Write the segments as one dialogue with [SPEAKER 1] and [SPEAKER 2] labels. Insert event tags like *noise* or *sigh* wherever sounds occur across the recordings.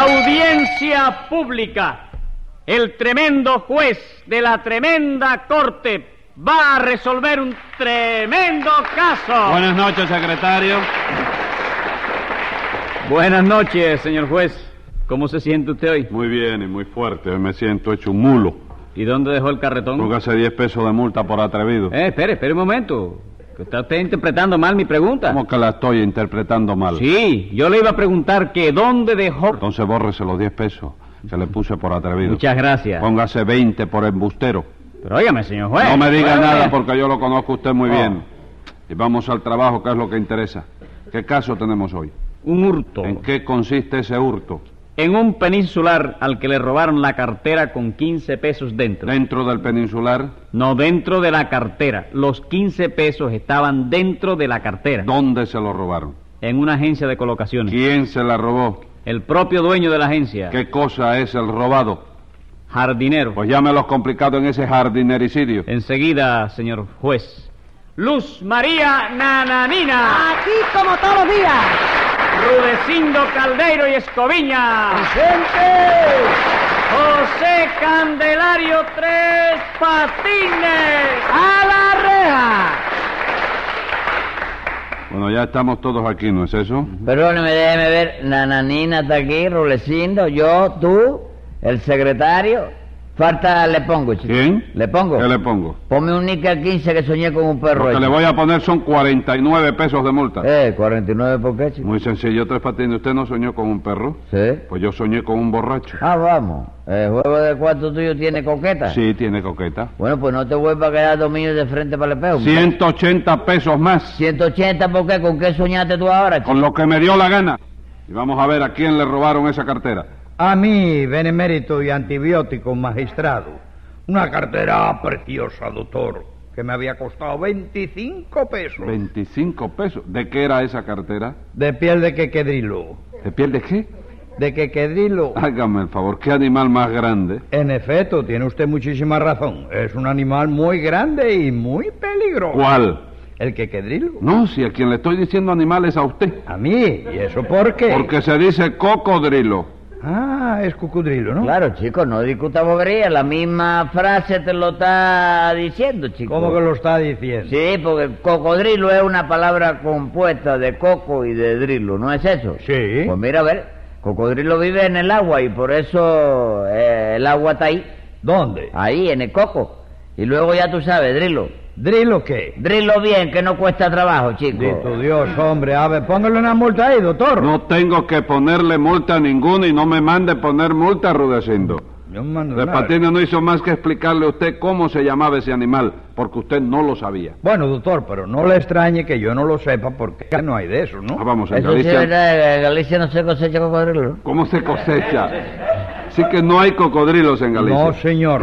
[SPEAKER 1] Audiencia pública. El tremendo juez de la tremenda corte va a resolver un tremendo caso.
[SPEAKER 2] Buenas noches, secretario.
[SPEAKER 1] Buenas noches, señor juez. ¿Cómo se siente usted hoy?
[SPEAKER 2] Muy bien y muy fuerte. Hoy me siento hecho un mulo.
[SPEAKER 1] ¿Y dónde dejó el carretón?
[SPEAKER 2] Póngase 10 pesos de multa por atrevido.
[SPEAKER 1] Eh, espere, espere un momento. Que está usted interpretando mal mi pregunta.
[SPEAKER 2] ¿Cómo que la estoy interpretando mal?
[SPEAKER 1] Sí, yo le iba a preguntar que dónde dejó...
[SPEAKER 2] Entonces bórrese los 10 pesos. Se le puse por atrevido.
[SPEAKER 1] Muchas gracias.
[SPEAKER 2] Póngase 20 por embustero.
[SPEAKER 1] Pero óigame, señor juez.
[SPEAKER 2] no me diga
[SPEAKER 1] Óigame.
[SPEAKER 2] nada porque yo lo conozco a usted muy
[SPEAKER 1] Oh.
[SPEAKER 2] bien. Y vamos al trabajo, que es lo que interesa. ¿Qué caso tenemos hoy?
[SPEAKER 1] Un hurto.
[SPEAKER 2] ¿En qué consiste ese hurto?
[SPEAKER 1] En un peninsular al que le robaron la cartera con 15 pesos dentro.
[SPEAKER 2] Dentro del peninsular,
[SPEAKER 1] No dentro de la cartera. Los 15 pesos estaban dentro de la cartera.
[SPEAKER 2] ¿dónde se lo robaron?
[SPEAKER 1] En una agencia de colocaciones.
[SPEAKER 2] ¿Quién se la robó?
[SPEAKER 1] El propio dueño de la agencia.
[SPEAKER 2] ¿Qué cosa es el robado?
[SPEAKER 1] Jardinero.
[SPEAKER 2] Pues llámelos complicado en ese jardinericidio.
[SPEAKER 3] Eh.
[SPEAKER 1] Enseguida, señor juez. Luz María Nananina.
[SPEAKER 4] Aquí como todos los días.
[SPEAKER 1] Rudecindo Caldeiro y Escoviña.
[SPEAKER 4] ¡Gente!
[SPEAKER 1] José Candelario Tres Patines.
[SPEAKER 4] ¡A la reja!
[SPEAKER 2] Bueno, ya estamos todos aquí, ¿no es eso?
[SPEAKER 3] Perdóneme, déjeme ver. Nananina está aquí, Rulecindo, yo, tú, el secretario. Falta le pongo, chico.
[SPEAKER 2] ¿Quién?
[SPEAKER 3] Le pongo.
[SPEAKER 2] ¿Qué le pongo?
[SPEAKER 3] Ponme un Nica 15 que soñé con un perro.
[SPEAKER 2] Lo que
[SPEAKER 3] ahí.
[SPEAKER 2] le voy a poner son 49 pesos de multa.
[SPEAKER 3] Eh, 49 por qué, chico.
[SPEAKER 2] Muy sencillo, Tres Patines. ¿Usted no soñó con un perro?
[SPEAKER 3] Sí.
[SPEAKER 2] Pues yo soñé con un borracho.
[SPEAKER 3] Ah, vamos. El juego de cuarto tuyo tiene coqueta.
[SPEAKER 2] Sí, tiene coqueta.
[SPEAKER 3] Bueno, pues no te vuelvas a quedar dominios de frente para el espejo.
[SPEAKER 2] 180 pesos más,
[SPEAKER 3] 180 por qué, ¿con qué soñaste tú ahora, chico?
[SPEAKER 2] con lo que me dio la gana. Y vamos a ver a quién le robaron esa cartera.
[SPEAKER 5] A mí, benemérito y antibiótico magistrado. Una cartera preciosa, doctor, que me había costado 25 pesos.
[SPEAKER 2] 25 pesos. ¿De qué era esa cartera?
[SPEAKER 5] De piel de quequedrilo.
[SPEAKER 2] ¿De piel de qué?
[SPEAKER 5] De quequedrilo.
[SPEAKER 2] Hágame el favor, ¿qué animal más grande?
[SPEAKER 5] En efecto, tiene usted muchísima razón. Es un animal muy grande y muy peligroso.
[SPEAKER 2] ¿Cuál?
[SPEAKER 5] El quequedrilo.
[SPEAKER 2] No, si a quien le estoy diciendo animal es a usted.
[SPEAKER 5] A mí. ¿Y eso por qué?
[SPEAKER 2] Porque se dice cocodrilo.
[SPEAKER 5] Ah, es cucudrilo, ¿no?
[SPEAKER 3] Claro, chico, no discuta bobería. La misma frase te lo está diciendo, chico.
[SPEAKER 5] ¿Cómo que lo está diciendo?
[SPEAKER 3] Sí, porque cocodrilo es una palabra compuesta de coco y de drilo, ¿no es eso?
[SPEAKER 5] Sí.
[SPEAKER 3] Pues mira, a ver, cocodrilo vive en el agua y por eso eh, el agua está ahí,
[SPEAKER 5] ¿Dónde?
[SPEAKER 3] ahí, en el coco. Y luego ya tú sabes, drilo.
[SPEAKER 5] ¿Drilo qué?
[SPEAKER 3] Drilo bien, que no cuesta trabajo, chico.
[SPEAKER 5] Dito Dios, hombre. A ver, póngale una multa ahí, doctor.
[SPEAKER 2] No tengo que ponerle multa a ninguno y no me mande poner multa, Rudecindo.
[SPEAKER 5] Yo mando
[SPEAKER 2] Tres
[SPEAKER 5] nada.
[SPEAKER 2] Patines no hizo más que explicarle a usted cómo se llamaba ese animal, porque usted no lo sabía.
[SPEAKER 5] Bueno, doctor, pero no le extrañe que yo no lo sepa porque acá no hay de eso,
[SPEAKER 2] Ah,
[SPEAKER 5] ¿no?
[SPEAKER 2] vamos, en
[SPEAKER 3] Eso sí es
[SPEAKER 2] Galicia...
[SPEAKER 3] verdad, que en Galicia no se cosecha cocodrilo. ¿no?
[SPEAKER 2] ¿Cómo se cosecha? Sí que no hay cocodrilos en Galicia.
[SPEAKER 5] No, señor,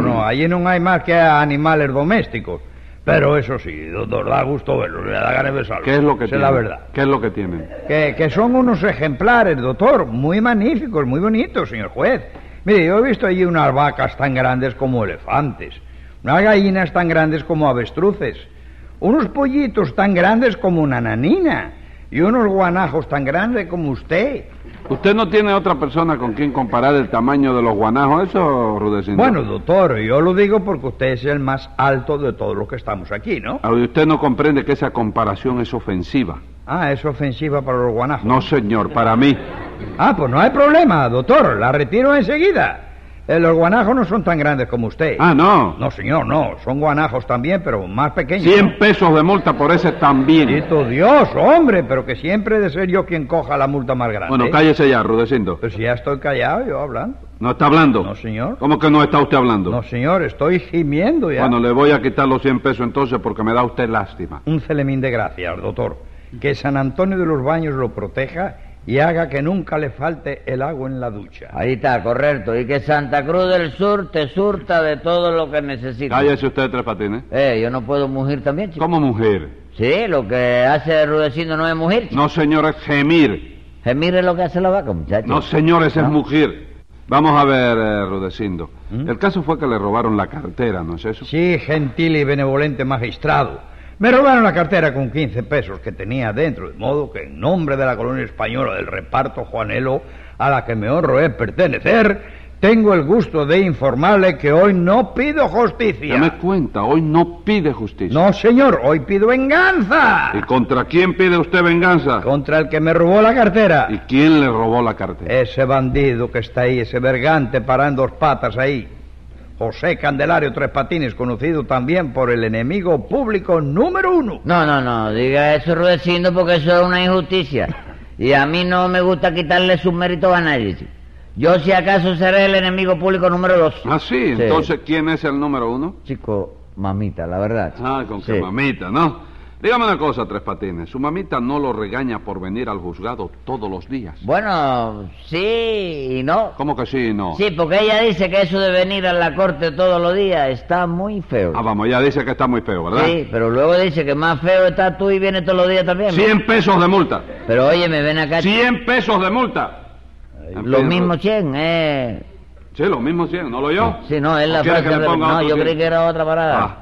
[SPEAKER 2] *clears throat*
[SPEAKER 5] no. Allí no hay más que animales domésticos. Pero eso sí, doctor, da gusto verlo, le da ganas de besarlo.
[SPEAKER 2] ¿Qué es lo que
[SPEAKER 5] Esa
[SPEAKER 2] tienen?
[SPEAKER 5] es la verdad.
[SPEAKER 2] ¿Qué es lo que tienen?
[SPEAKER 5] Que, que son unos ejemplares, doctor, muy magníficos, muy bonitos, señor juez. Mire, yo he visto allí unas vacas tan grandes como elefantes, unas gallinas tan grandes como avestruces, unos pollitos tan grandes como una nanina y unos guanajos tan grandes como usted.
[SPEAKER 2] ¿Usted no tiene otra persona con quien comparar el tamaño de los guanajos, eso, Rudecindo?
[SPEAKER 5] Bueno, doctor, yo lo digo porque usted es el más alto de todos los que estamos aquí, ¿no?
[SPEAKER 2] Ah, Usted no comprende que esa comparación es ofensiva.
[SPEAKER 5] Ah, es ofensiva para los guanajos.
[SPEAKER 2] No, señor, para mí.
[SPEAKER 5] Ah, pues no hay problema, doctor, la retiro enseguida. Eh, los guanajos no son tan grandes como usted.
[SPEAKER 2] Ah, no.
[SPEAKER 5] No, señor, no. Son guanajos también, pero más pequeños.
[SPEAKER 2] 100 pesos de multa por ese también.
[SPEAKER 5] Bendito Dios, hombre, pero que siempre he de ser yo quien coja la multa más grande.
[SPEAKER 2] Bueno, cállese ya, Rudecindo.
[SPEAKER 5] Pero si ya estoy callado, yo hablando.
[SPEAKER 2] ¿No está hablando?
[SPEAKER 5] No, señor.
[SPEAKER 2] ¿Cómo que no está usted hablando?
[SPEAKER 5] No, señor, estoy gimiendo ya.
[SPEAKER 2] Bueno, le voy a quitar los 100 pesos entonces porque me da usted lástima.
[SPEAKER 5] Un celemín de gracias, doctor. Que San Antonio de los Baños lo proteja y haga que nunca le falte el agua en la ducha.
[SPEAKER 3] Ahí está, correcto. Y que Santa Cruz del Sur te surta de todo lo que necesitas.
[SPEAKER 2] Cállese usted, Tres Patines.
[SPEAKER 3] Eh, yo no puedo mugir también, chico.
[SPEAKER 2] Como mujer.
[SPEAKER 3] Sí, lo que hace Rudecindo no es mugir, chico.
[SPEAKER 2] No, señor, es gemir.
[SPEAKER 3] Gemir es Eh, lo que hace la vaca, muchacho.
[SPEAKER 2] No, señores,
[SPEAKER 5] Ah.
[SPEAKER 2] es mujer. Vamos a ver, eh, Rudecindo.
[SPEAKER 5] ¿Mm?
[SPEAKER 2] El caso fue que le robaron la cartera, ¿no es eso?
[SPEAKER 5] Sí, gentil y benevolente magistrado. Me robaron la cartera con 15 pesos que tenía dentro, de modo que en nombre de la colonia española del reparto Juanelo, a la que me honro es pertenecer, tengo el gusto de informarle que hoy no pido
[SPEAKER 2] Ya me
[SPEAKER 5] justicia.
[SPEAKER 2] cuenta, hoy no pide justicia.
[SPEAKER 5] No, señor, hoy pido venganza.
[SPEAKER 2] ¿Y contra quién pide usted venganza?
[SPEAKER 5] Contra el que me robó la cartera.
[SPEAKER 2] ¿Y quién le robó la cartera?
[SPEAKER 5] Ese bandido que está ahí, ese vergante parando dos patas ahí. José Candelario Tres Patines, conocido también por el enemigo público número uno.
[SPEAKER 3] No, no, no, diga eso, Rudecindo, porque eso es una injusticia. Y a mí no me gusta quitarle sus méritos a nadie. chico. Yo, si acaso, seré el enemigo público número dos.
[SPEAKER 2] Ah, sí,
[SPEAKER 3] Sí.
[SPEAKER 2] entonces, ¿quién es el número uno?
[SPEAKER 3] Chico, mamita, la verdad. chico.
[SPEAKER 2] Ah, con que
[SPEAKER 3] Sí.
[SPEAKER 2] mamita, ¿no? Dígame una cosa, Tres Patines. Su mamita no lo regaña por venir al juzgado todos los días.
[SPEAKER 3] Bueno, sí y no.
[SPEAKER 2] ¿Cómo que sí y no?
[SPEAKER 3] Sí, porque ella dice que eso de venir a la corte todos los días está muy feo.
[SPEAKER 2] Ah, vamos, ya dice que está muy feo, ¿verdad?
[SPEAKER 3] Sí, pero luego dice que más feo estás tú y vienes todos los días también. ¿no?
[SPEAKER 2] 100 pesos de multa.
[SPEAKER 3] Pero oye, me ven acá. chico.
[SPEAKER 2] 100 pesos de multa.
[SPEAKER 3] Lo mismo 100, eh.
[SPEAKER 2] Sí, lo mismo 100, ¿no lo yo?
[SPEAKER 3] Sí, no, es
[SPEAKER 2] ¿O
[SPEAKER 3] la
[SPEAKER 2] quiere
[SPEAKER 3] frase.
[SPEAKER 2] que le
[SPEAKER 3] de-
[SPEAKER 2] ponga
[SPEAKER 3] No,
[SPEAKER 2] otro
[SPEAKER 3] yo
[SPEAKER 2] 100?
[SPEAKER 3] creí que era otra parada.
[SPEAKER 2] Ah.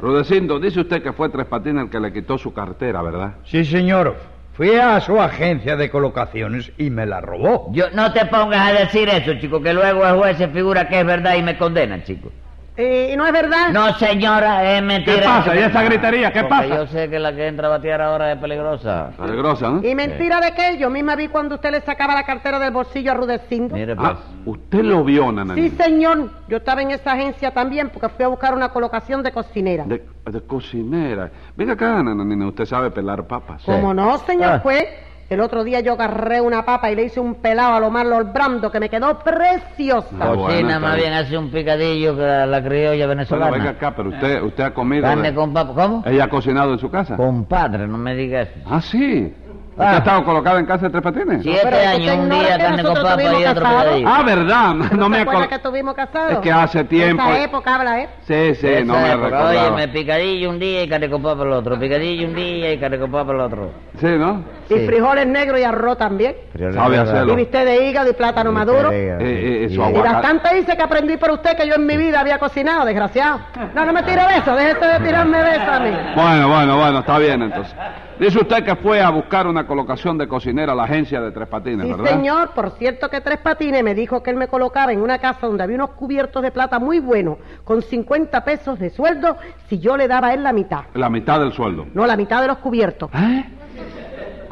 [SPEAKER 2] Rudecindo, dice usted que fue Tres Patines el que le quitó su cartera, ¿verdad?
[SPEAKER 5] Sí, señor. Fui a su agencia de colocaciones y me la robó.
[SPEAKER 3] Yo, no te pongas a decir eso, chico, que luego el juez se figura que es verdad y me condena, chico.
[SPEAKER 4] ¿Y no es verdad?
[SPEAKER 3] No, señora, es mentira.
[SPEAKER 2] ¿Qué pasa?
[SPEAKER 3] chico.
[SPEAKER 2] ¿Y esa gritería? ¿Qué
[SPEAKER 3] Porque
[SPEAKER 2] pasa?
[SPEAKER 3] Yo sé que la que entra a batear ahora es peligrosa.
[SPEAKER 2] Peligrosa, ¿no?
[SPEAKER 4] ¿Y mentira de qué? Yo misma vi cuando usted le sacaba la cartera del bolsillo a Rudecindo.
[SPEAKER 3] Mire, pues.
[SPEAKER 2] Ah, usted lo vio, Nananina.
[SPEAKER 4] Sí, señor. Yo estaba en esa agencia también porque fui a buscar una colocación de cocinera.
[SPEAKER 2] De, de cocinera. Venga acá, Nananina, usted sabe pelar papas.
[SPEAKER 3] Sí.
[SPEAKER 4] Como no, señor
[SPEAKER 3] Ah.
[SPEAKER 4] juez. El otro día yo agarré una papa y le hice un pelado a lo Marlon Brando que me quedó
[SPEAKER 2] Ah,
[SPEAKER 4] preciosa.
[SPEAKER 2] bueno,
[SPEAKER 3] Cocina
[SPEAKER 2] está
[SPEAKER 3] más
[SPEAKER 2] bien.
[SPEAKER 3] bien hace un picadillo que la, la criolla
[SPEAKER 2] Bueno, venga
[SPEAKER 3] venezolana.
[SPEAKER 2] acá, pero
[SPEAKER 4] Ah.
[SPEAKER 2] usted, usted ha comido.
[SPEAKER 3] Carne
[SPEAKER 2] de-
[SPEAKER 3] con papa. ¿Cómo?
[SPEAKER 2] ¿Ella ha cocinado en su casa?
[SPEAKER 3] Compadre, no me digas eso.
[SPEAKER 2] Ah, sí. ¿Usted
[SPEAKER 3] Ah.
[SPEAKER 2] ha estado colocada en casa de Tres Patines?
[SPEAKER 3] Siete
[SPEAKER 4] pero es que
[SPEAKER 3] años, un
[SPEAKER 4] ignora
[SPEAKER 3] día
[SPEAKER 4] que
[SPEAKER 3] carne con
[SPEAKER 4] nosotros
[SPEAKER 3] papa y
[SPEAKER 4] tuvimos
[SPEAKER 3] otro
[SPEAKER 4] casado.
[SPEAKER 3] picadillo.
[SPEAKER 2] Ah, verdad. No, no
[SPEAKER 4] ¿No
[SPEAKER 2] me
[SPEAKER 4] te acuerdas
[SPEAKER 2] acol-
[SPEAKER 4] que estuvimos casados?
[SPEAKER 2] Es que hace tiempo.
[SPEAKER 4] Esa época habla, ¿eh?
[SPEAKER 2] Sí, sí,
[SPEAKER 3] Esa
[SPEAKER 2] no me
[SPEAKER 3] época,
[SPEAKER 2] recordaba.
[SPEAKER 3] Oye, me picadillo un día y carne con papa el otro. Picadillo un día y carne con papa el otro.
[SPEAKER 2] Sí, ¿no?
[SPEAKER 3] Sí.
[SPEAKER 4] Y frijoles negros y arroz también.
[SPEAKER 2] Sabe hacerlo.
[SPEAKER 4] Y viste de hígado y plátano maduro.
[SPEAKER 2] Eh, eh, eh, su
[SPEAKER 4] Y
[SPEAKER 2] aguacate.
[SPEAKER 4] bastante hice que aprendí por usted que yo en mi vida había cocinado, desgraciado. No, no me tire besos, déjese de tirarme besos a mí.
[SPEAKER 2] Bueno, bueno, bueno, está bien entonces. Dice usted que fue a buscar una colocación de cocinera a la agencia de Tres Patines,
[SPEAKER 4] Sí,
[SPEAKER 2] ¿verdad?
[SPEAKER 4] señor. Por cierto que Tres Patines me dijo que él me colocaba en una casa donde había unos cubiertos de plata muy buenos, con 50 pesos de sueldo, si yo le daba a él la mitad.
[SPEAKER 2] La mitad del sueldo.
[SPEAKER 4] No, la mitad de los cubiertos.
[SPEAKER 2] ¿Eh?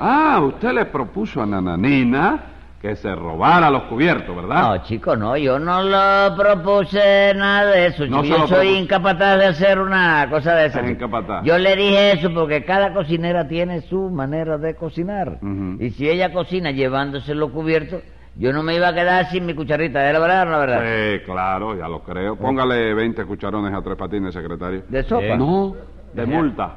[SPEAKER 2] Ah, usted le propuso a Nananina que se robara los cubiertos, ¿verdad?
[SPEAKER 3] No, chico, no, yo no lo propuse nada de eso.
[SPEAKER 2] No
[SPEAKER 3] chico.
[SPEAKER 2] se
[SPEAKER 3] yo
[SPEAKER 2] lo
[SPEAKER 3] soy
[SPEAKER 2] propuso.
[SPEAKER 3] incapaz de hacer una cosa de esa.
[SPEAKER 2] Es
[SPEAKER 3] chico.
[SPEAKER 2] incapaz.
[SPEAKER 3] Yo le dije eso porque cada cocinera tiene su manera de cocinar.
[SPEAKER 2] Ujú.
[SPEAKER 3] Y si ella cocina llevándose los cubiertos, yo no me iba a quedar sin mi cucharita. ¿Era verdad o no verdad?
[SPEAKER 2] Sí, claro, ya lo creo. Póngale 20 cucharones a Tres Patines, secretario.
[SPEAKER 3] De sopa.
[SPEAKER 5] Eh,
[SPEAKER 2] No, de multa.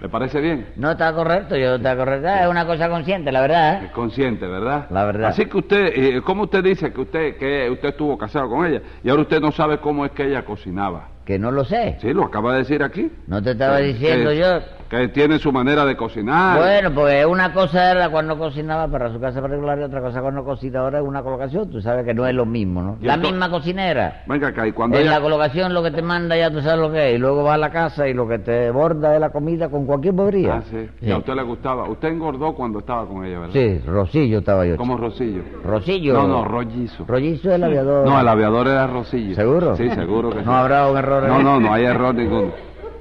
[SPEAKER 2] ¿Le parece bien?
[SPEAKER 3] No está correcto, yo está correcto. Ah, Es una cosa consciente, la verdad. ¿eh?
[SPEAKER 2] Es consciente, ¿verdad?
[SPEAKER 3] La verdad.
[SPEAKER 2] Así que usted, eh, ¿cómo usted dice que usted que usted estuvo casado con ella y ahora usted no sabe cómo es que ella cocinaba?
[SPEAKER 3] Que no lo sé.
[SPEAKER 2] Sí, lo acaba de decir aquí.
[SPEAKER 3] No te estaba
[SPEAKER 2] Que-
[SPEAKER 3] diciendo
[SPEAKER 2] que-
[SPEAKER 3] yo.
[SPEAKER 2] Que tiene su manera de cocinar.
[SPEAKER 3] Bueno, porque una cosa era cuando cocinaba para su casa particular y otra cosa cuando cocina ahora es una colocación. Tú sabes que no es lo mismo, ¿no?
[SPEAKER 2] Y
[SPEAKER 3] La
[SPEAKER 2] entonces-
[SPEAKER 3] misma cocinera.
[SPEAKER 2] Venga acá, y
[SPEAKER 3] En
[SPEAKER 2] cuando
[SPEAKER 3] la
[SPEAKER 2] ella...
[SPEAKER 3] colocación lo que te manda ya tú sabes lo que es. Y luego vas a la casa y lo que te borda es la comida con cualquier bobería.
[SPEAKER 2] Ah, sí.
[SPEAKER 3] Sí,
[SPEAKER 2] Y a usted le gustaba. Usted engordó cuando estaba con ella, ¿verdad?
[SPEAKER 3] Sí, Rosillo estaba yo.
[SPEAKER 2] Como Rosillo.
[SPEAKER 3] Rosillo.
[SPEAKER 2] No, no, rollizo.
[SPEAKER 3] Rollizo el aviador.
[SPEAKER 2] No, el aviador era Rosillo.
[SPEAKER 3] ¿Seguro?
[SPEAKER 2] Sí, seguro
[SPEAKER 3] *laughs*
[SPEAKER 2] que sí.
[SPEAKER 3] No habrá un error.
[SPEAKER 2] No,
[SPEAKER 3] ahí.
[SPEAKER 2] no, no hay error ninguno.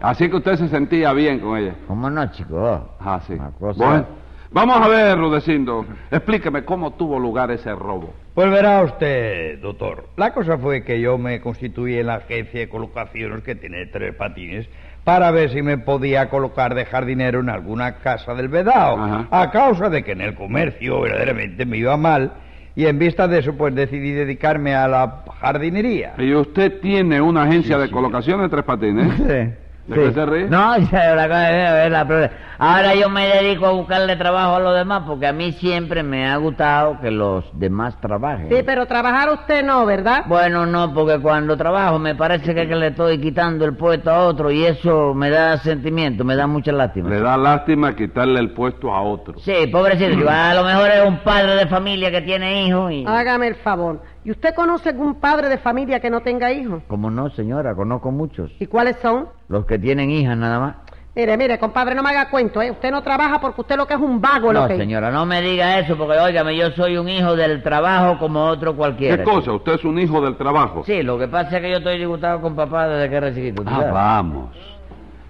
[SPEAKER 2] Así que usted se sentía bien con ella.
[SPEAKER 3] ¿Cómo no, chico?
[SPEAKER 2] Ah, sí.
[SPEAKER 3] Una cosa-
[SPEAKER 2] Bueno, vamos a ver, Rudecindo. Explíqueme cómo tuvo lugar ese robo.
[SPEAKER 5] Pues verá usted, doctor. La cosa fue que yo me constituí en la agencia de colocaciones que tiene tres patines para ver si me podía colocar de jardinero en alguna casa del Vedado.
[SPEAKER 2] Ajá.
[SPEAKER 5] A causa de que en el comercio verdaderamente me iba mal y en vista de eso pues decidí dedicarme a la jardinería.
[SPEAKER 2] Y usted tiene una agencia de colocación de tres
[SPEAKER 3] *laughs*
[SPEAKER 2] patines. ¿eh? ¿De qué se ríe?
[SPEAKER 3] No, *laughs* ya la cosa es- es la prueba. Ahora yo me dedico a buscarle trabajo a los demás porque a mí siempre me ha gustado que los demás trabajen.
[SPEAKER 4] Sí, pero trabajar usted no, ¿verdad?
[SPEAKER 3] Bueno, no, porque cuando trabajo me parece que, que le estoy quitando el puesto a otro y eso me da sentimiento, me da mucha lástima.
[SPEAKER 2] Le da lástima quitarle el puesto a otro.
[SPEAKER 3] Sí, pobrecito, a lo mejor es un padre de familia que tiene hijos y...
[SPEAKER 4] Hágame el favor. ¿Y usted conoce algún padre de familia que no tenga hijos?
[SPEAKER 3] Como no, señora, conozco muchos.
[SPEAKER 4] ¿Y cuáles son?
[SPEAKER 3] Los que tienen hijas nada más.
[SPEAKER 4] Mire, mire, compadre, no me haga cuento, ¿eh? Usted no trabaja porque usted lo que es un vago,
[SPEAKER 3] No,
[SPEAKER 4] lo que es.
[SPEAKER 3] señora, no me diga eso, porque óigame, yo soy un hijo del trabajo como otro cualquiera.
[SPEAKER 2] ¿Qué cosa? Usted es un hijo del trabajo.
[SPEAKER 3] Sí, lo que pasa es que yo estoy disgustado con papá desde que era chiquito. ¿tú
[SPEAKER 2] Ah,
[SPEAKER 3] sabes?
[SPEAKER 2] vamos.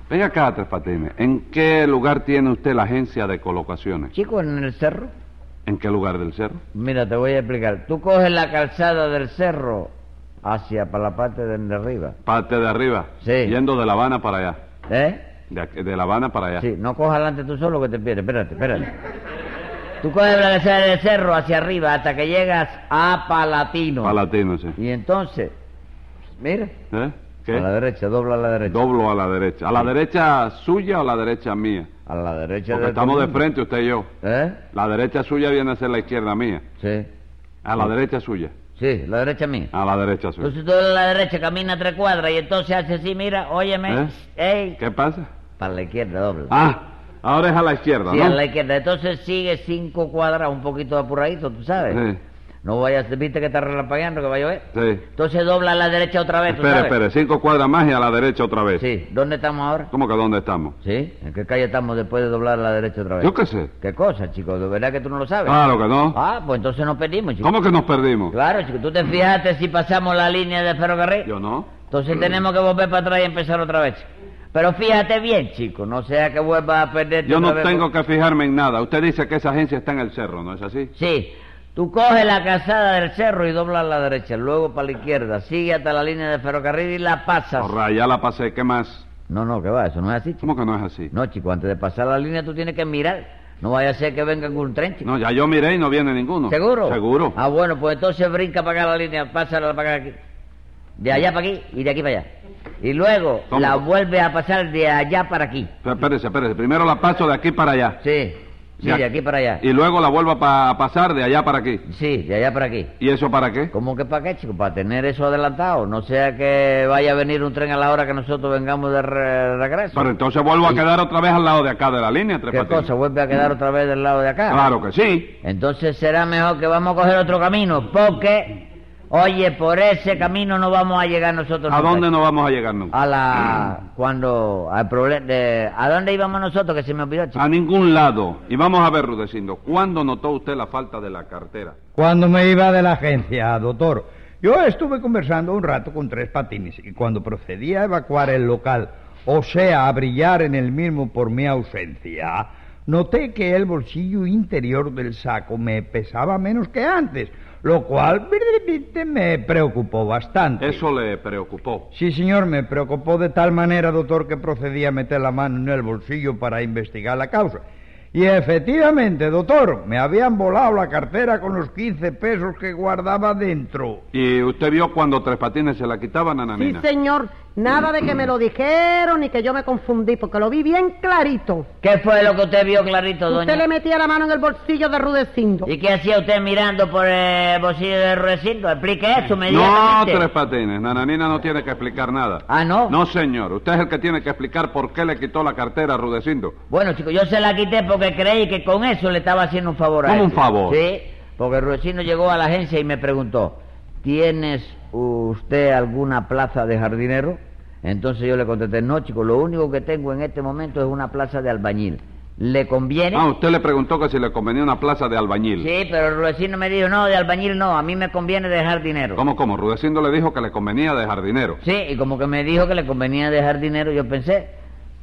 [SPEAKER 2] Venga acá, Tres Patines. ¿En qué lugar tiene usted la agencia de colocaciones?
[SPEAKER 3] Chico, en el cerro.
[SPEAKER 2] ¿En qué lugar del cerro?
[SPEAKER 3] Mira, te voy a explicar. Tú coges la calzada del cerro hacia para la parte de de arriba.
[SPEAKER 2] Parte de arriba.
[SPEAKER 3] Sí.
[SPEAKER 2] Yendo de La Habana para allá.
[SPEAKER 3] ¿Eh?
[SPEAKER 2] De, aquí- de La Habana para allá.
[SPEAKER 3] Sí, no cojas adelante tú solo que te pierdes. Espérate, espérate. Tú coges la calzada del cerro hacia arriba hasta que llegas a Palatino.
[SPEAKER 2] Palatino, sí.
[SPEAKER 3] Y entonces, mira,
[SPEAKER 2] ¿Eh? ¿Qué?
[SPEAKER 3] a la derecha, dobla a la derecha.
[SPEAKER 2] Doblo a la derecha. ¿A la derecha suya o a la derecha mía?
[SPEAKER 3] a la derecha
[SPEAKER 2] Porque
[SPEAKER 3] del
[SPEAKER 2] estamos de
[SPEAKER 3] camino.
[SPEAKER 2] frente usted y yo.
[SPEAKER 3] ¿Eh?
[SPEAKER 2] La derecha suya viene a ser la izquierda mía.
[SPEAKER 3] Sí.
[SPEAKER 2] A la derecha suya.
[SPEAKER 3] Sí, la derecha mía.
[SPEAKER 2] A la derecha suya.
[SPEAKER 3] Entonces tú a la derecha camina tres cuadras y entonces hace así, mira,
[SPEAKER 2] ¿Eh?
[SPEAKER 3] óyeme, ey,
[SPEAKER 2] ¿Qué pasa?
[SPEAKER 3] para la izquierda dobla.
[SPEAKER 2] Ah, ahora es a la izquierda,
[SPEAKER 3] Sí,
[SPEAKER 2] ¿no?
[SPEAKER 3] a la izquierda. Entonces sigue cinco cuadras, un poquito apuradito, tú sabes.
[SPEAKER 2] Sí.
[SPEAKER 3] No vayas, viste que está relampagueando, que va a llover.
[SPEAKER 2] Sí.
[SPEAKER 3] Entonces dobla a la derecha otra vez, tú
[SPEAKER 2] Espere,
[SPEAKER 3] sabes.
[SPEAKER 2] espere, cinco cuadras más y a la derecha otra vez.
[SPEAKER 3] Sí, ¿dónde estamos ahora?
[SPEAKER 2] ¿Cómo que dónde estamos?
[SPEAKER 3] ¿Sí? ¿En qué calle estamos después de doblar a la derecha otra vez?
[SPEAKER 2] Yo qué sé.
[SPEAKER 3] ¿Qué cosa, chico? ¿De verdad que tú no lo sabes?
[SPEAKER 2] Claro que no.
[SPEAKER 3] Ah, pues entonces nos perdimos, chico.
[SPEAKER 2] ¿Cómo que nos perdimos?
[SPEAKER 3] Claro, chico, tú te fijaste si pasamos la línea de ferrocarril.
[SPEAKER 2] Yo no.
[SPEAKER 3] Entonces tenemos que volver para atrás y empezar otra vez. chico. Pero fíjate bien, chico, no sea que vuelvas a perder.
[SPEAKER 2] Yo no tengo que fijarme en nada. Usted dice que esa agencia está en el cerro, ¿no es así?
[SPEAKER 3] Sí, tú coges la casada del cerro y doblas a la derecha, luego para la izquierda, sigue hasta la línea de ferrocarril y la pasas.
[SPEAKER 2] Ahora, ya la pasé. ¿Qué más?
[SPEAKER 3] No, no, que va, eso no es así, chico.
[SPEAKER 2] ¿Cómo que no es así?
[SPEAKER 3] No, chico, antes de pasar la línea tú tienes que mirar. No vaya a ser que venga algún tren, chico.
[SPEAKER 2] No, ya yo miré y no viene ninguno.
[SPEAKER 3] ¿Seguro?
[SPEAKER 2] Seguro.
[SPEAKER 3] Ah, bueno, pues entonces brinca para acá la línea, pásala para acá. Aquí. De allá para aquí y de aquí para allá. Y luego
[SPEAKER 2] ¿Cómo?
[SPEAKER 3] la vuelve a pasar de allá para aquí.
[SPEAKER 2] Pero Espérese, espérese. Primero la paso de aquí para allá.
[SPEAKER 3] Sí, sí,
[SPEAKER 2] Ya.
[SPEAKER 3] de aquí para allá.
[SPEAKER 2] Y luego la vuelvo a pa- pasar de allá para aquí.
[SPEAKER 3] Sí, de allá para aquí.
[SPEAKER 2] ¿Y eso para qué?
[SPEAKER 3] ¿Cómo que para qué, chico? Para tener eso adelantado. No sea que vaya a venir un tren a la hora que nosotros vengamos de re- regreso.
[SPEAKER 2] Pero entonces vuelvo a
[SPEAKER 3] Y-
[SPEAKER 2] quedar otra vez al lado de acá de la línea, Tres
[SPEAKER 3] ¿Qué
[SPEAKER 2] Patines.
[SPEAKER 3] cosa? ¿Vuelve a quedar otra vez del lado de acá?
[SPEAKER 2] Claro que sí.
[SPEAKER 3] Entonces será mejor que vamos a coger otro camino, porque, oye, por ese camino no vamos a llegar nosotros.
[SPEAKER 2] ¿A
[SPEAKER 3] nunca,
[SPEAKER 2] dónde
[SPEAKER 3] chico.
[SPEAKER 2] no vamos a llegar nunca?
[SPEAKER 3] A la... cuando... Al problema ¿A dónde íbamos nosotros que se me olvidó, chico?
[SPEAKER 2] A ningún lado. Y vamos a ver, Rudecindo, ¿cuándo notó usted la falta de la cartera?
[SPEAKER 5] Cuando me iba de la agencia, doctor, yo estuve conversando un rato con tres patines y cuando procedí a evacuar el local, o sea, a brillar en el mismo por mi ausencia, noté que el bolsillo interior del saco me pesaba menos que antes, lo cual verdaderamente, me preocupó bastante.
[SPEAKER 2] Eso le preocupó.
[SPEAKER 5] Sí, señor, me preocupó de tal manera, doctor, que procedí a meter la mano en el bolsillo para investigar la causa. Y efectivamente, doctor, me habían volado la cartera con los 15 pesos que guardaba dentro.
[SPEAKER 2] ¿Y usted vio cuando Tres Patines se la quitaban a
[SPEAKER 4] Sí,
[SPEAKER 2] Nanina?
[SPEAKER 4] señor. Nada de que me lo dijeron ni que yo me confundí, porque lo vi bien clarito.
[SPEAKER 3] ¿Qué fue lo que usted vio clarito, doña?
[SPEAKER 4] Usted le metía la mano en el bolsillo de Rudecindo.
[SPEAKER 3] ¿Y qué hacía usted mirando por el bolsillo de Ruecindo? Explique eso, me
[SPEAKER 2] No, Tres Patines, Nananina no tiene que explicar nada.
[SPEAKER 3] Ah, ¿no?
[SPEAKER 2] No, señor, usted es el que tiene que explicar por qué le quitó la cartera a Rudecindo.
[SPEAKER 3] Bueno, chicos, yo se la quité porque creí que con eso le estaba haciendo un favor a
[SPEAKER 2] ¿Cómo
[SPEAKER 3] él.
[SPEAKER 2] un favor?
[SPEAKER 3] Sí, porque Ruecindo llegó a la agencia y me preguntó, ¿tienes usted alguna plaza de jardinero? Entonces yo le contesté, no, chico, lo único que tengo en este momento es una plaza de albañil. ¿Le conviene?
[SPEAKER 2] Ah, usted le preguntó que si le convenía una plaza de albañil.
[SPEAKER 3] Sí, pero Ruecindo me dijo, no, de albañil no, a mí me conviene de jardinero.
[SPEAKER 2] ¿Cómo, cómo? Rudecindo le dijo que le convenía de jardinero.
[SPEAKER 3] Sí, y como que me dijo que le convenía dejar dinero, yo pensé,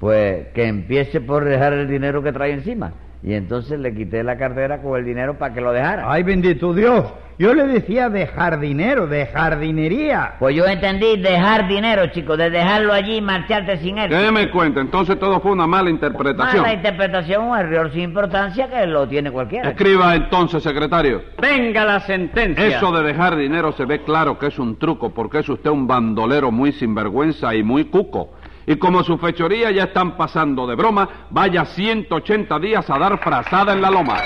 [SPEAKER 3] pues que empiece por dejar el dinero que trae encima. Y entonces le quité la cartera con el dinero para que lo dejara.
[SPEAKER 5] ¡Ay, bendito Dios! Yo le decía de jardinero, de jardinería.
[SPEAKER 3] Pues yo entendí dejar dinero, chico, de dejarlo allí y marcharte sin él.
[SPEAKER 2] ¿Qué me cuenta? Entonces todo fue una mala interpretación.
[SPEAKER 3] Mala interpretación, un error sin importancia que lo tiene cualquiera.
[SPEAKER 2] Escriba entonces, secretario.
[SPEAKER 1] Venga la sentencia.
[SPEAKER 2] Eso de dejar dinero se ve claro que es un truco, porque es usted un bandolero muy sinvergüenza y muy cuco. Y como su fechoría ya están pasando de broma, vaya 180 días a dar frazada en la loma.